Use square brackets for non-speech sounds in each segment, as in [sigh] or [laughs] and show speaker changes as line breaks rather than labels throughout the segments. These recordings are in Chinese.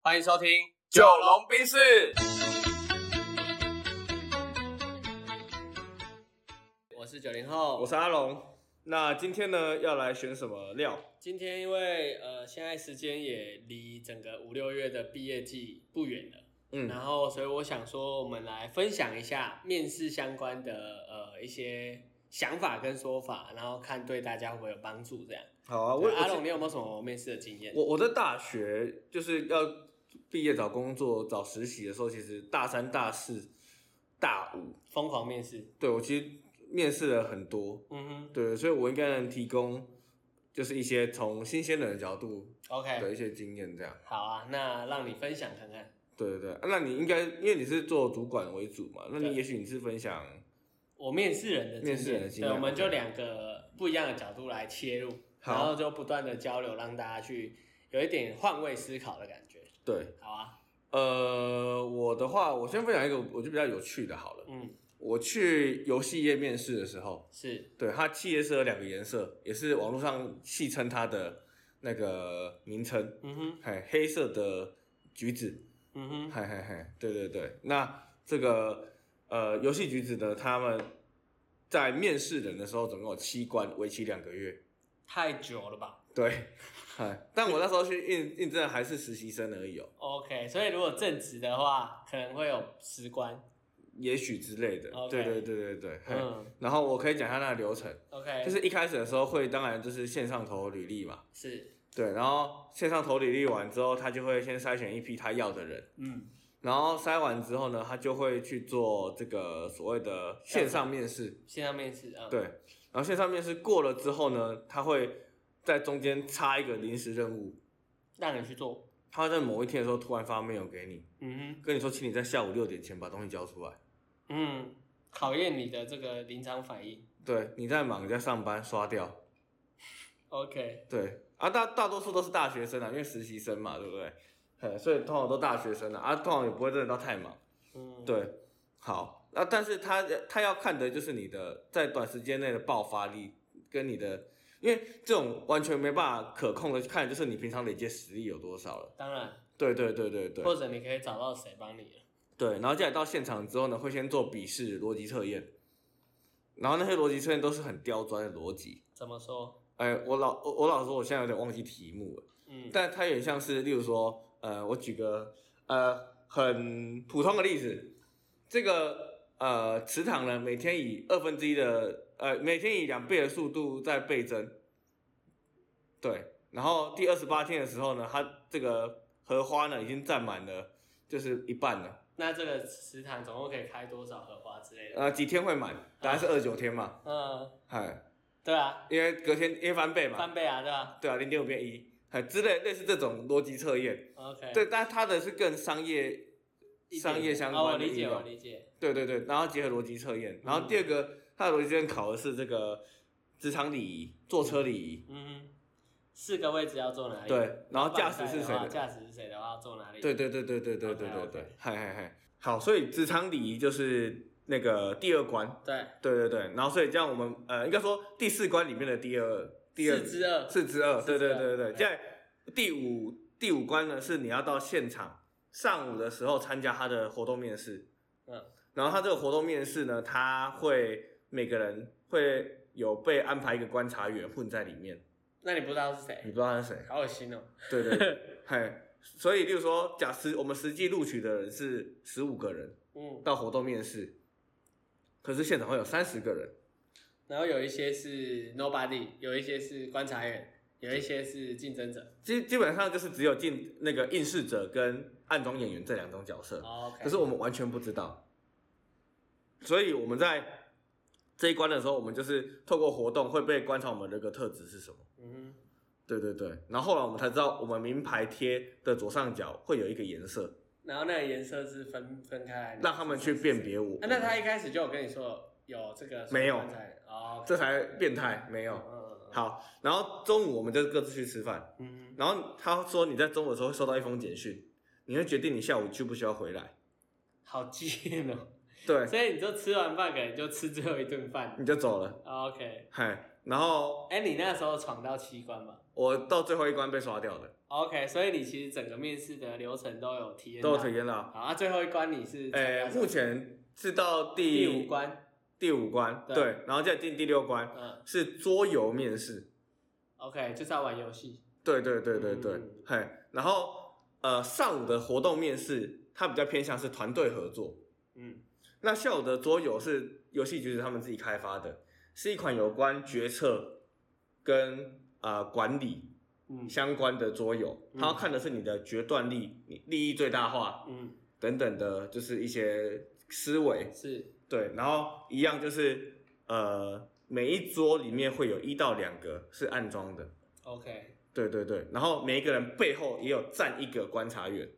欢迎收听《
九龙冰室。
我是九零后，
我是阿龙。那今天呢，要来选什么料？
今天因为呃，现在时间也离整个五六月的毕业季不远了，
嗯，
然后所以我想说，我们来分享一下面试相关的呃一些想法跟说法，然后看对大家会不会有帮助。这样，
好啊，我
对阿
我
龙，你有没有什么面试的经验？
我我在大学就是要毕业找工作、找实习的时候，其实大三、大四、大五，
疯狂面试，
对我其实面试了很多，
嗯
对，所以我应该能提供就是一些从新鲜人的角度
哼，OK，
的一些经验，这样。
好啊，那让你分享看看。
对对对，啊那你应该因为你是做主管为主嘛，那
对
你也许你是分享，
我面试人的经验
面试人的经
对，
验
我们就两个不一样的角度来切入，
好
然后就不断的交流，让大家去有一点换位思考的感觉。
对，
好啊，
呃，我的话，我先分享一个我就比较有趣的好了。
嗯，
我去游戏业面试的时候，
是
对它企业是有两个颜色，也是网络上戏称它的那个名称，
嗯哼，
嘿，黑色的橘子，
嗯哼，
嘿嘿嘿，对对对。那这个呃，游戏橘子呢，他们在面试人的时候总共有七关，为期两个月。
太久了吧
对，哎，但我那时候去应应征还是实习生而已哦，
？OK，所以如果正职的话，可能会有十关。
也许之类的。
哦 OK
对对对对对。嘿 [laughs]
嗯
然后我可以讲一下那个流程，
，OK，
就是一开始的时候会，当然就是线上投履历嘛。
是，
对，然后线上投履历完之后，他就会先筛选一批他要的人，
嗯，
然后筛完之后呢，他就会去做这个所谓的线上面试。
线上面试啊，嗯
对，然后线上面试过了之后呢，他会在中间插一个临时任务，
让你去做。
他会在某一天的时候突然发 mail 给你，
嗯
跟你说，请你在下午六点前把东西交出来。
哼，嗯，考验你的这个临场反应。
对，你在忙，你在上班，刷掉。
OK，
对啊，大大多数都是大学生啊，因为实习生嘛，对不对？ [laughs] 嘿所以通常都大学生啊，啊，通常也不会真的到太忙。
嗯，，
对，好，那、但是他他要看的就是你的在短时间内的爆发力跟你的，因为这种完全没办法可控的看，就是你平常累积的实力有多少了。
当然，
对对对对
或
对
者你可以找到谁帮你了。
对，然后接下来到现场之后呢，会先做笔试逻辑测验，然后那些逻辑测验都是很刁钻的逻辑。
怎么说？
哎，我老我我老实说，我现在有点忘记题目了，
嗯，
但它有点像是，例如说，呃，我举个呃很普通的例子，这个呃池塘呢，每天以二分之一的呃每天以两倍的速度在倍增，对，然后第二十八天的时候呢，它这个荷花呢已经占满了，就是一半了，
那这个食堂总共可以开多少荷花之类的？
呃几天会满？答案是二九天嘛，
嗯，
哎，
对啊，
因为隔天因为翻倍嘛，
翻倍啊，对吧、
对啊，零点五变一，哎之类类似这种逻辑测验。
o k
对，但它的是更商业、商业相
哦，我
关的
理
应
解，嗯我
用。
理解。
对对对，然后结合逻辑测验，然后第二个，它的逻辑测验考的是这个职场礼仪、坐车礼仪。
嗯哼，四个位置要坐哪里？
对，然后驾驶是谁
哎的话？
的？
驾驶是谁的话要坐哪里？
对对对对对对对对
OK，OK
对，嗨嗨嗨，好，所以职场礼仪就是那个第二关，
对，
对对对，然后所以这样我们呃，应该说第四关里面的第二第二
四之二
四之二，
四之二
对对对对对，
对
现在第五第五关呢是你要到现场上午的时候参加他的活动面试，
嗯
然后他这个活动面试呢，他会每个人会有被安排一个观察员混在里面，
那你不知道是
你
谁，
不知道他是谁。啊
好恶心哦。
对对
[laughs]
对，嘿，所以例如说，假实我们实际录取的人是十五个人
嗯，
到活动面试，可是现场会有三十个人，
然后有一些是 nobody，有一些是观察员，有一些是竞争者。
基基本上就是只有进那个应试者跟暗中演员这两种角色，
哦 OK，
可是我们完全不知道，所以我们在。这一关的时候，我们就是透过活动会被观察我们人格特质是什么。
嗯哼，
对对对，然后后来我们才知道，我们名牌贴的左上角会有一个颜色，
然后那个颜色是分分开来的。
让他们去辨别我。
啊那他一开始就有跟你说有这个
没有
观察员哦，
这才变态，没
没
有。
嗯嗯
好，然后中午我们就各自去吃饭，
嗯哼。
然后他说你在中午的时候会收到一封简讯，你会决定你下午需不需要回来。
好贱哦！
对，
[laughs] 所以你就吃完饭可能就吃最后一顿饭。
你就走了，
OK，
嗨，然后
哎、你那时候闯到七关嘛
我到最后一关被刷掉的，
？OK，所以你其实整个面试的流程都有体验到。
都有体验到。
好，啊，最后一关你是参
诶、
加什么
目前是到第
第五，关，
第五关，
对
对，然后再进第六关
嗯
是桌游面试，
，OK，就是要玩游戏。
对对对对对，
嗯
嘿，然后呃上午的活动面试，它比较偏向是团队合作，
嗯
那下午的桌游是游戏局是他们自己开发的，是一款有关决策跟呃管理
嗯
相关的桌游，
嗯
它要看的是你的决断力、你利益最大化
嗯，
等等的，就是一些思维。
是
对，然后一样就是呃每一桌里面会有一到两个是暗装的，
OK，
对对对，然后每一个人背后也有站一个观察员。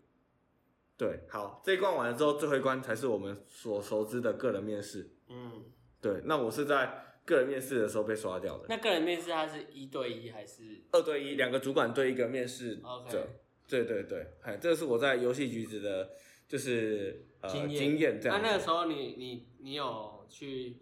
对，好，这一关完了之后，最后一关才是我们所熟知的个人面试。
嗯，
对，那我是在个人面试的时候被刷掉的。
那个人面试他是一对一还是
二对一，两个主管对一个面试者。
OK
对对对，哎，这是我在游戏局子的，就是呃
经验
经验这
那
样子。
那个时候你你你有去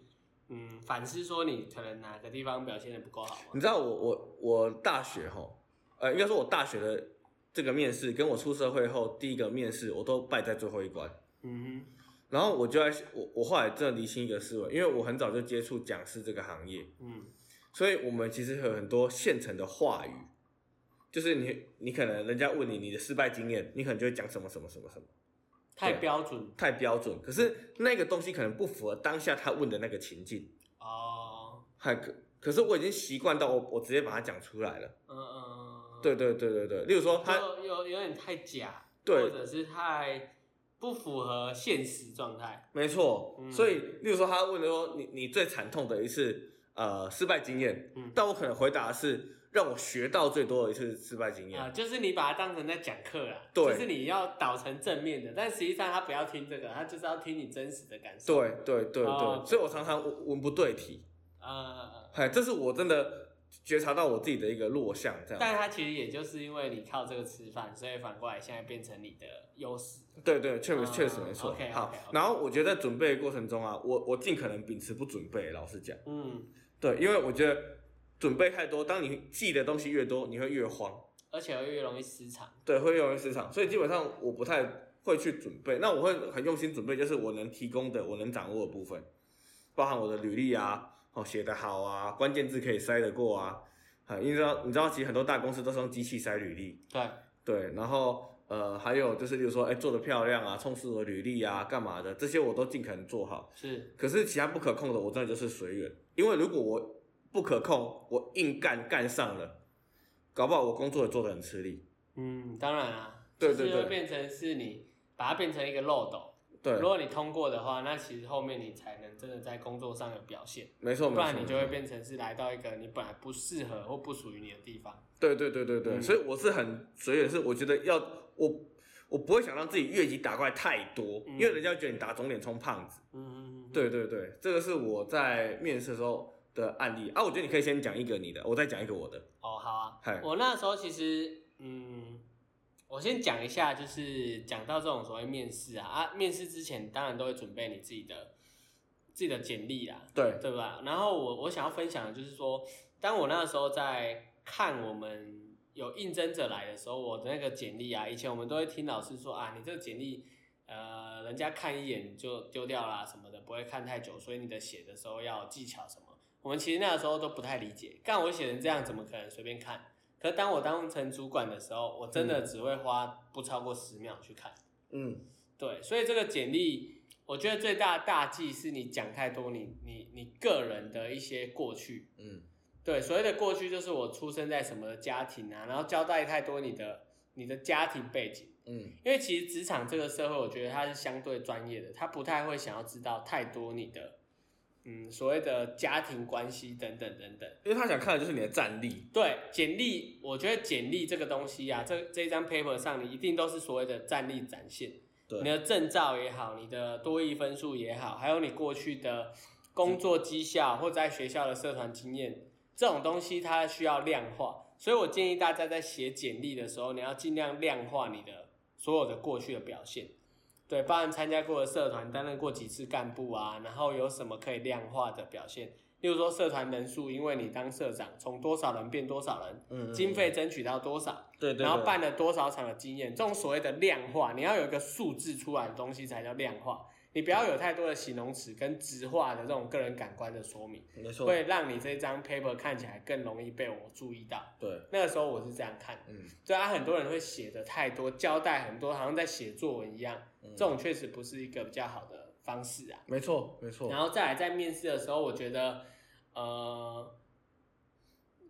嗯反思说你可能哪个地方表现的不够好吗？
你知道我我我大学吼，呃，应该说我大学的这个面试，跟我出社会后第一个面试，我都败在最后一关。
嗯
然后我就在我我后来真的理清一个思维，因为我很早就接触讲师这个行业，
哼嗯
所以我们其实有很多现成的话语，就是你你可能人家问你你的失败经验，你可能就会讲什么什么什么什么，
太
对
标准
太标准。可是那个东西可能不符合当下他问的那个情境，
哦，
还可可是我已经习惯到我我直接把它讲出来了。
嗯嗯，嗯
对，对对对对，例如说他
就有有点太假，
对
或者是太不符合现实状态，
没错，
嗯
所以例如说他问的说你你最惨痛的一次呃失败经验，
嗯
但我可能回答的是让我学到最多的一次失败经验。
啊、就是你把它当成在讲课啦，
对
就是你要导成正面的，但实际上他不要听这个，他就是要听你真实的感受，
对对对对，
哦
所以我常常文文不对题。
呃，
哎，这是我真的觉察到我自己的一个弱项，这样。
但他其实也就是因为你靠这个吃饭，所以反过来现在变成你的优势，
对对，确实
嗯
确实没错。
OK，OK，OK
好，然后我觉得在准备的过程中啊，我我尽可能秉持不准备，老实讲，
嗯，
对，因为我觉得准备太多，当你记的东西越多，你会越慌，
而且会越容易失常，
对，会越容易失常，所以基本上我不太会去准备。那我会很用心准备，就是我能提供的、我能掌握的部分，包含我的履历啊，哦，写得好啊，关键字可以筛得过啊，啊，你知道，你知道，其实很多大公司都是用机器筛履历。
对，
对，然后呃，还有就是，例如说，哎，做的漂亮啊，充实我的履历啊，干嘛的，这些我都尽可能做好。
是，
可是其他不可控的，我真的就是随缘，因为如果我不可控，我硬干干上了，搞不好我工作也做得很吃力。
嗯，当然啊，
对
就是
对对
会变成是你把它变成一个漏斗。
对
如，果你通过的话，那其实后面你才能真的在工作上有表现，
没错，
不
没
然
错，
你就会变成是来到一个你本来不适合或不属于你的地方。
对对对对对，
嗯
所以我是很随缘，是我觉得要我我不会想让自己越级打怪太多，
嗯
因为人家会觉得你打肿脸充胖子。
嗯，
对对对，这个是我在面试的时候的案例啊。我觉得你可以先讲一个你的，我再讲一个我的。
哦，好啊
嗨。
我那时候其实，嗯，我先讲一下，就是讲到这种所谓面试啊，啊，面试之前当然都会准备你自己的自己的简历啦，
对，
对吧？然后我我想要分享的就是说，当我那时候在看我们有应征者来的时候，我的那个简历啊，以前我们都会听老师说啊，你这个简历，呃，人家看一眼就丢掉啦什么的，不会看太久，所以你的写的时候要有技巧什么。我们其实那时候都不太理解，干我写成这样，怎么可能随便看？可当我当成主管的时候，我真的只会花不超过十秒去看。
嗯，
对，所以这个简历，我觉得最大的大忌是你讲太多你你你个人的一些过去。
嗯，
对，所谓的过去就是我出生在什么的家庭啊，然后交代太多你的你的家庭背景，
嗯，
因为其实职场这个社会，我觉得它是相对专业的，它不太会想要知道太多你的嗯所谓的家庭关系等等等等。
因为他想看的就是你的战力。
对，简历，我觉得简历这个东西啊，这这一张 paper 上，你一定都是所谓的战力展现。
对
你的证照也好，你的多益分数也好，还有你过去的工作绩效或在学校的社团经验，这种东西它需要量化。所以我建议大家在写简历的时候，你要尽量量化你的所有的过去的表现。对，包含参加过的社团，担任过几次干部啊，然后有什么可以量化的表现，例如说社团人数，因为你当社长，从多少人变多少人，
嗯，
经费争取到多少，
对对对，
然后办了多少场的经验，这种所谓的量化，你要有一个数字出来的东西才叫量化，你不要有太多的形容词跟直化的这种个人感官的说明，
没错，
会让你这张 paper 看起来更容易被我注意到。
对，
那个时候我是这样看的，
嗯，
对啊，很多人会写的太多，交代很多，好像在写作文一样，
嗯
这种确实不是一个比较好的方式啊。
没错没错，
然后再来在面试的时候，我觉得，呃，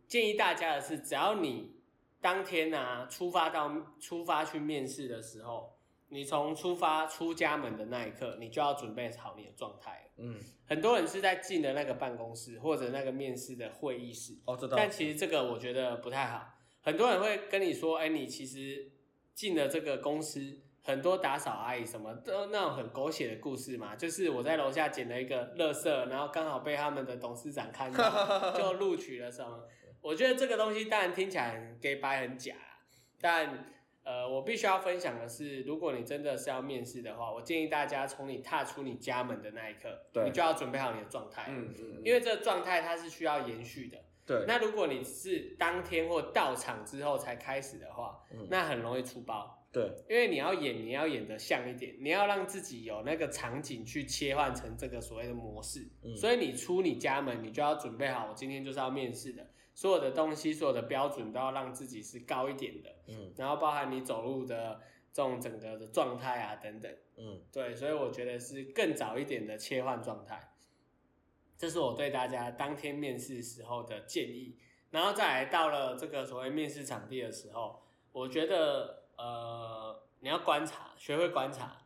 建议大家的是，只要你当天啊出发到出发去面试的时候，你从出发出家门的那一刻，你就要准备好你的状态了。
嗯，
很多人是在进了那个办公室或者那个面试的会议室，
哦，知道，
但其实这个我觉得不太好。很多人会跟你说，哎、你其实进了这个公司，很多打扫阿姨什么的那种很狗血的故事嘛，就是我在楼下捡了一个垃圾，然后刚好被他们的董事长看到，就录取了什么。我觉得这个东西当然听起来很 gay 白很假啦，但呃，我必须要分享的是，如果你真的是要面试的话，我建议大家从你踏出你家门的那一刻，
对
你就要准备好你的状态，
嗯嗯，
因为这个状态它是需要延续的。
对，
那如果你是当天或到场之后才开始的话，
嗯
那很容易出包，
对
因为你要演，你要演的像一点，你要让自己有那个场景去切换成这个所谓的模式。
嗯
所以你出你家门，你就要准备好，我今天就是要面试的，所有的东西、所有的标准都要让自己是高一点的，
嗯
然后包含你走路的这种整个的状态啊等等。
嗯，
对，所以我觉得是更早一点的切换状态，这是我对大家当天面试时候的建议。然后再来到了这个所谓面试场地的时候，我觉得呃，你要观察，学会观察。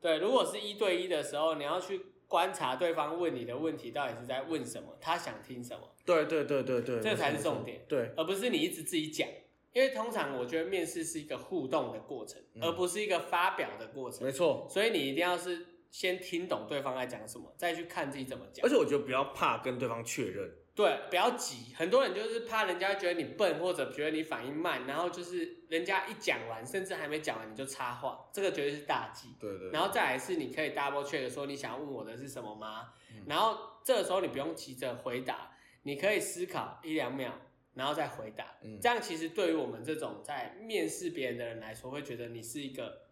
对，如果是一对一的时候，你要去观察对方问你的问题到底是在问什么，他想听什么。
对对对对对，
这
没错
才是
没错
重点
对，
而不是你一直自己讲。因为通常我觉得面试是一个互动的过程，
嗯
而不是一个发表的过程。
没错，
所以你一定要是先听懂对方在讲什么，再去看自己怎么讲
而。且我觉得不要怕跟对方确认，
对，不要急。很多人就是怕人家觉得你笨，或者觉得你反应慢，然后就是人家一讲完，甚至还没讲完你就插话，这个绝对是大忌。
对对，
然
后
后再来是你可以 double check 说你想要问我的是什么吗？
嗯
然后这个时候你不用急着回答，你可以思考一两秒，然后再回答。
嗯
这样其实对于我们这种在面试别人的人来说，会觉得你是一个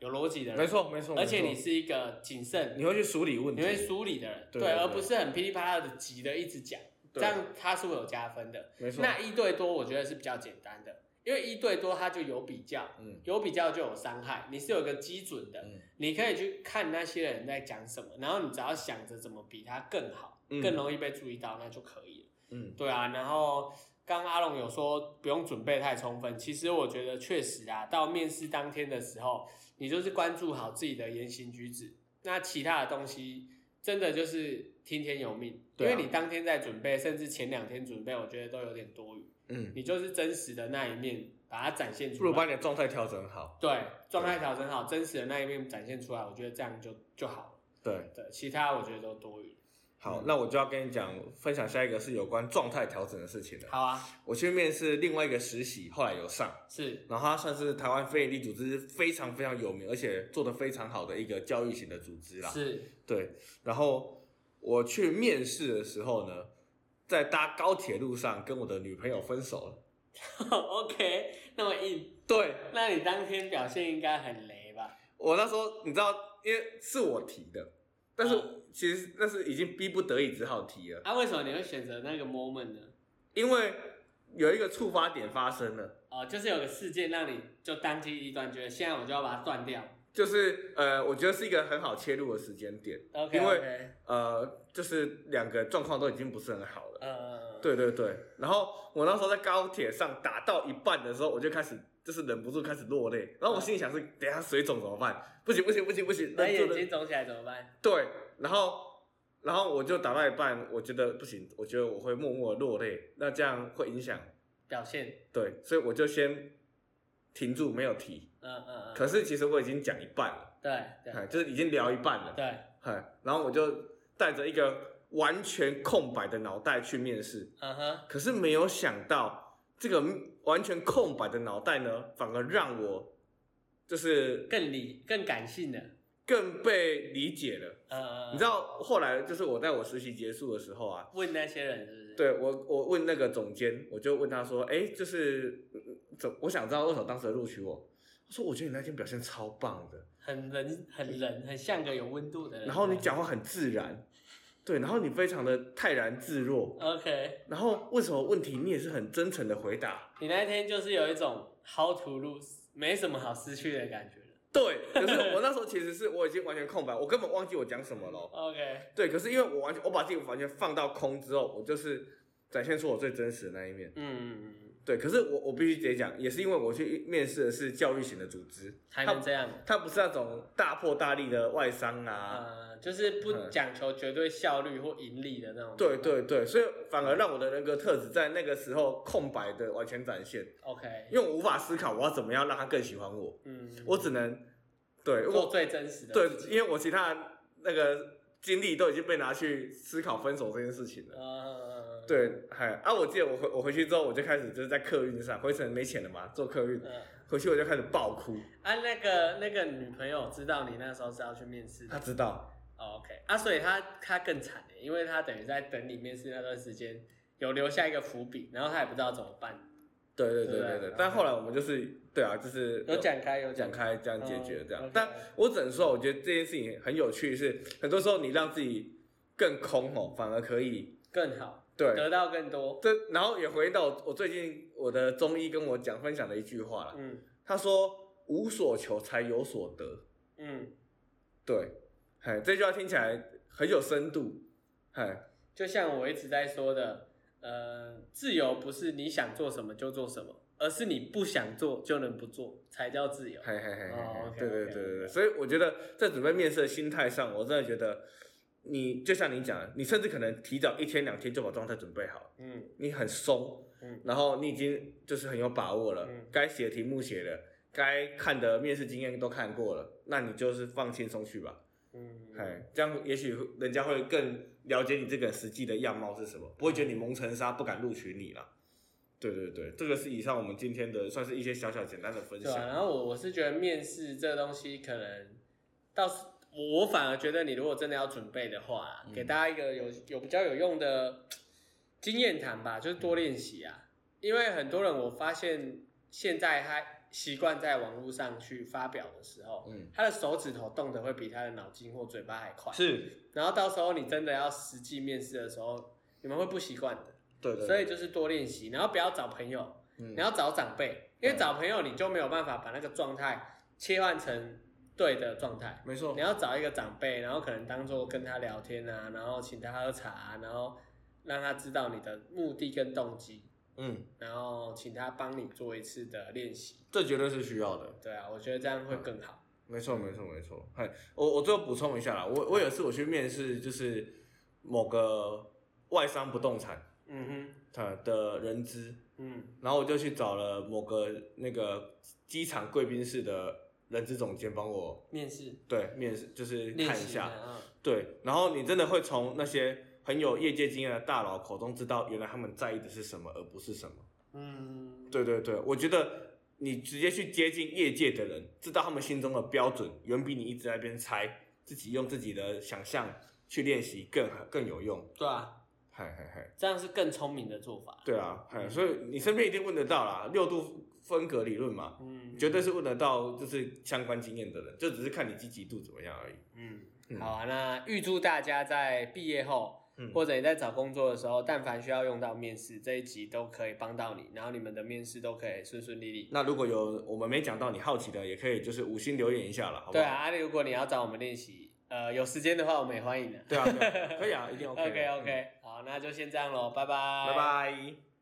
有逻辑的
没
人，
错没错，
而且
没
你
错
是一个谨慎
你会去梳理问题，
你会梳理的人，
对对对
而不是很噼里啪啦的急的一直讲，这
对
样他是会有加分的。
没错，
那一对多我觉得是比较简单的，因为一对多它就有比较，
嗯
有比较就有伤害，你是有个基准的，
嗯
你可以去看那些人在讲什么，然后你只要想着怎么比他更好，
嗯
更容易被注意到，那就可以了。
嗯
对啊，然后刚阿龙有说不用准备太充分，其实我觉得确实啊，到面试当天的时候，你就是关注好自己的言行举止，那其他的东西真的就是听天由命，因
对啊
为你当天在准备，甚至前两天准备，我觉得都有点多余，
嗯，
你就是真实的那一面把它展现
不
出
如
来。
把你的状态调整好，
对，状态调整好，真实的那一面展现出来，我觉得这样就就好
对。
了。对，其他我觉得都多余。
好
嗯，
那我就要跟你讲，分享下一个是有关状态调整的事情了。
好啊，
我去面试另外一个实习，后来有上，
是，
然后它算是台湾非营利组织非常非常有名，而且做得非常好的一个教育型的组织啦。
是， [laughs]
对，然后我去面试的时候呢，在搭高铁路上跟我的女朋友分手了。
OK，那么硬。
对
[laughs] 那你当天表现应该很雷吧？
我那时候，你知道，因为是我提的，但是
嗯
其实那是已经逼不得已只好提了，
啊，为什么你会选择那个 moment 呢？
因为有一个触发点发生了。
哦，就是有个事件让你就当机立断，觉得现在我就要把它断掉。
就是呃，我觉得是一个很好切入的时间点，
OK，
因为呃，就是两个状况都已经不是很好了。
呃，，
对对对，然后我那时候在高铁上打到一半的时候，我就开始就是忍不住开始落泪，然后我心里想是，等一下水肿怎么办？不行不行不行不行，
嗯那
忍
眼
住
睛
了。
肿起来怎么办？
对，然后然后我就打到一半，我觉得不行，我觉得我会默默地落泪，那这样会影响
表现，
对，所以我就先停住没有提。
嗯嗯嗯，
可是其实我已经讲一半了，
对对
哎就是已经聊一半了。
对，
嗨，然后我就带着一个完全空白的脑袋去面试，
嗯哼，
可是没有想到这个完全空白的脑袋呢，反而让我就是
更理更感性的，
更被理解了。
呃，
你知道后来就是我在我实习结束的时候啊，
问那些人是不是？，
对我，我问那个总监，我就问他说：“哎，就是嗯怎？我想知道为什么当时录取我。”他说：“我觉得你那天表现超棒的，
很人，很人，很像个有温度的人。
然后你讲话很自然，对，然后你非常的泰然自若，
，OK，
然后为什么问题你也是很真诚的回答？
你那一天就是有一种 how to lose，没什么好失去的感觉了。
对，可是我那时候其实是我已经完全空白，我根本忘记我讲什么了。
OK，
对，可是因为我完全我把自己完全放到空之后，我就是展现出我最真实的那一面。
嗯，嗯
对，可是我我必须得讲，也是因为我去面试的是教育型的组织，
嗯才
他
能这样。
它不啊是那种大破大立的外商啊。
呃，就是不
嗯
讲求绝对效率或盈利的那种。
对对对，所以反而让我的人格特质在那个时候空白的完全展现，
，OK，
因为我无法思考我要怎么样让他更喜欢我，
嗯，
我只能对
做
我
最真实的
对
自，己。
因为我其他那个经历都已经被拿去思考分手这件事情了。
呃，
对，还啊，我记得我回我回去之后，我就开始就是在客运上，回程没钱了嘛，坐客运
嗯，
回去我就开始爆哭。
啊，那个那个女朋友知道你那时候是要去面试的
他知道，
哦，OK，啊，所以她她更惨耶因为她等于在等你面试那段时间有留下一个伏笔，然后她也不知道怎么办，
对对对
对
对对
啊。
但后来我们就是对啊，就是
有讲开有讲，
讲开这样解决这样。
嗯，OK
但我只能说，我觉得这件事情很有趣是，很多时候你让自己更空哦，反而可以
更好，
对。
得到更多，
这然后也回到我我最近我的中医跟我讲分享的一句话了，
嗯
他说无所求才有所得，
嗯，
对，哎，这句话听起来很有深度，哎，
就像我一直在说的，呃，自由不是你想做什么就做什么，而是你不想做就能不做才叫自由，
嘿嘿嘿嘿
哦
嘿，
，OK，
对对
OK，
对对对，
OK
所以我觉得在准备面试的心态上，我真的觉得你就像你讲的，你甚至可能提早一天两天就把状态准备好了。
嗯
你很松，
嗯
然后你已经就是很有把握了
嗯，
该写的题目写了，该看的面试经验都看过了，那你就是放轻松去吧，
嗯，
哎，这样也许人家会更了解你这个实际的样貌是什么，不会觉得你蒙尘沙不敢录取你了。对对对，这个是以上我们今天的算是一些小小简单的分
对啊，
享。
然后我我是觉得面试这东西可能到时我我反而觉得你如果真的要准备的话啊，
嗯
给大家一个有有比较有用的经验谈吧，就是多练习啊。因为很多人我发现现在他习惯在网络上去发表的时候，
嗯，
他的手指头动的会比他的脑筋或嘴巴还快。
是，
然后到时候你真的要实际面试的时候，你们会不习惯的。
对对，
所以
对
就是多练习，然后不要找朋友，
嗯
你要找长辈，因为
嗯
找朋友你就没有办法把那个状态切换成对的状态。
没错
你，要找一个长辈，然后可能当做跟他聊天啊，然后请他喝茶、啊，然后让他知道你的目的跟动机，
嗯，
然后请他帮你做一次的练习。
这绝对是需要的。
对啊，我觉得这样会更好。
没错，没错，没错。嘿，我我最后补充一下啦，我我有一次我去面试，就是某个外商不动产
嗯哼，
呃的人资，
嗯
然后我就去找了某个那个机场贵宾室的人资总监帮我
面试
对面试，就是
练
看一
习
下，
啊，
对，然后你真的会从那些很有业界经验的大佬口中知道，原来他们在意的是什么，而不是什么。
嗯，
对对对，我觉得你直接去接近业界的人，知道他们心中的标准，远比你一直在那边猜，自己用自己的想象去练习更更有用。
对啊，
嗨嗨嗨，
这样是更聪明的做法。
对啊，嗨，所以你身边一定问得到啦，六度分隔理论嘛，
嗯，
绝对是问得到，就是相关经验的人，就只是看你积极度怎么样而已。
嗯，
嗯
好啊，那预祝大家在毕业后，
嗯
或者你在找工作的时候，但凡需要用到面试这一集都可以帮到你，然后你们的面试都可以顺顺利利。
那如果有我们没讲到你好奇的，也可以就是五星留言一下了，好不好？
对啊，，阿丽，如果你要找我们练习，呃，有时间的话，我们也欢迎的。
啊
[laughs]
对啊，对啊，可以啊，一定 OK 的。
OK OK，好，那就先这样喽，拜拜，
嗯拜。拜。